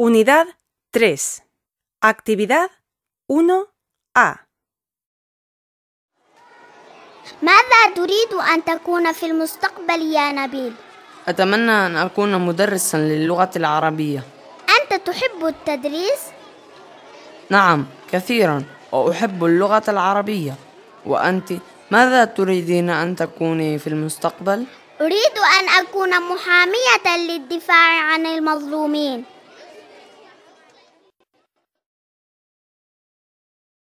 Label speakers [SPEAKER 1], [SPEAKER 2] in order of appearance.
[SPEAKER 1] Unidad 3. Actividad 1A.
[SPEAKER 2] ماذا تريد أن تكون في المستقبل يا نبيل؟
[SPEAKER 3] أتمنى أن أكون مدرسا للغة العربية
[SPEAKER 2] أنت تحب التدريس؟
[SPEAKER 3] نعم كثيرا وأحب اللغة العربية وأنت ماذا تريدين أن تكوني في المستقبل؟
[SPEAKER 2] أريد أن أكون محامية للدفاع عن المظلومين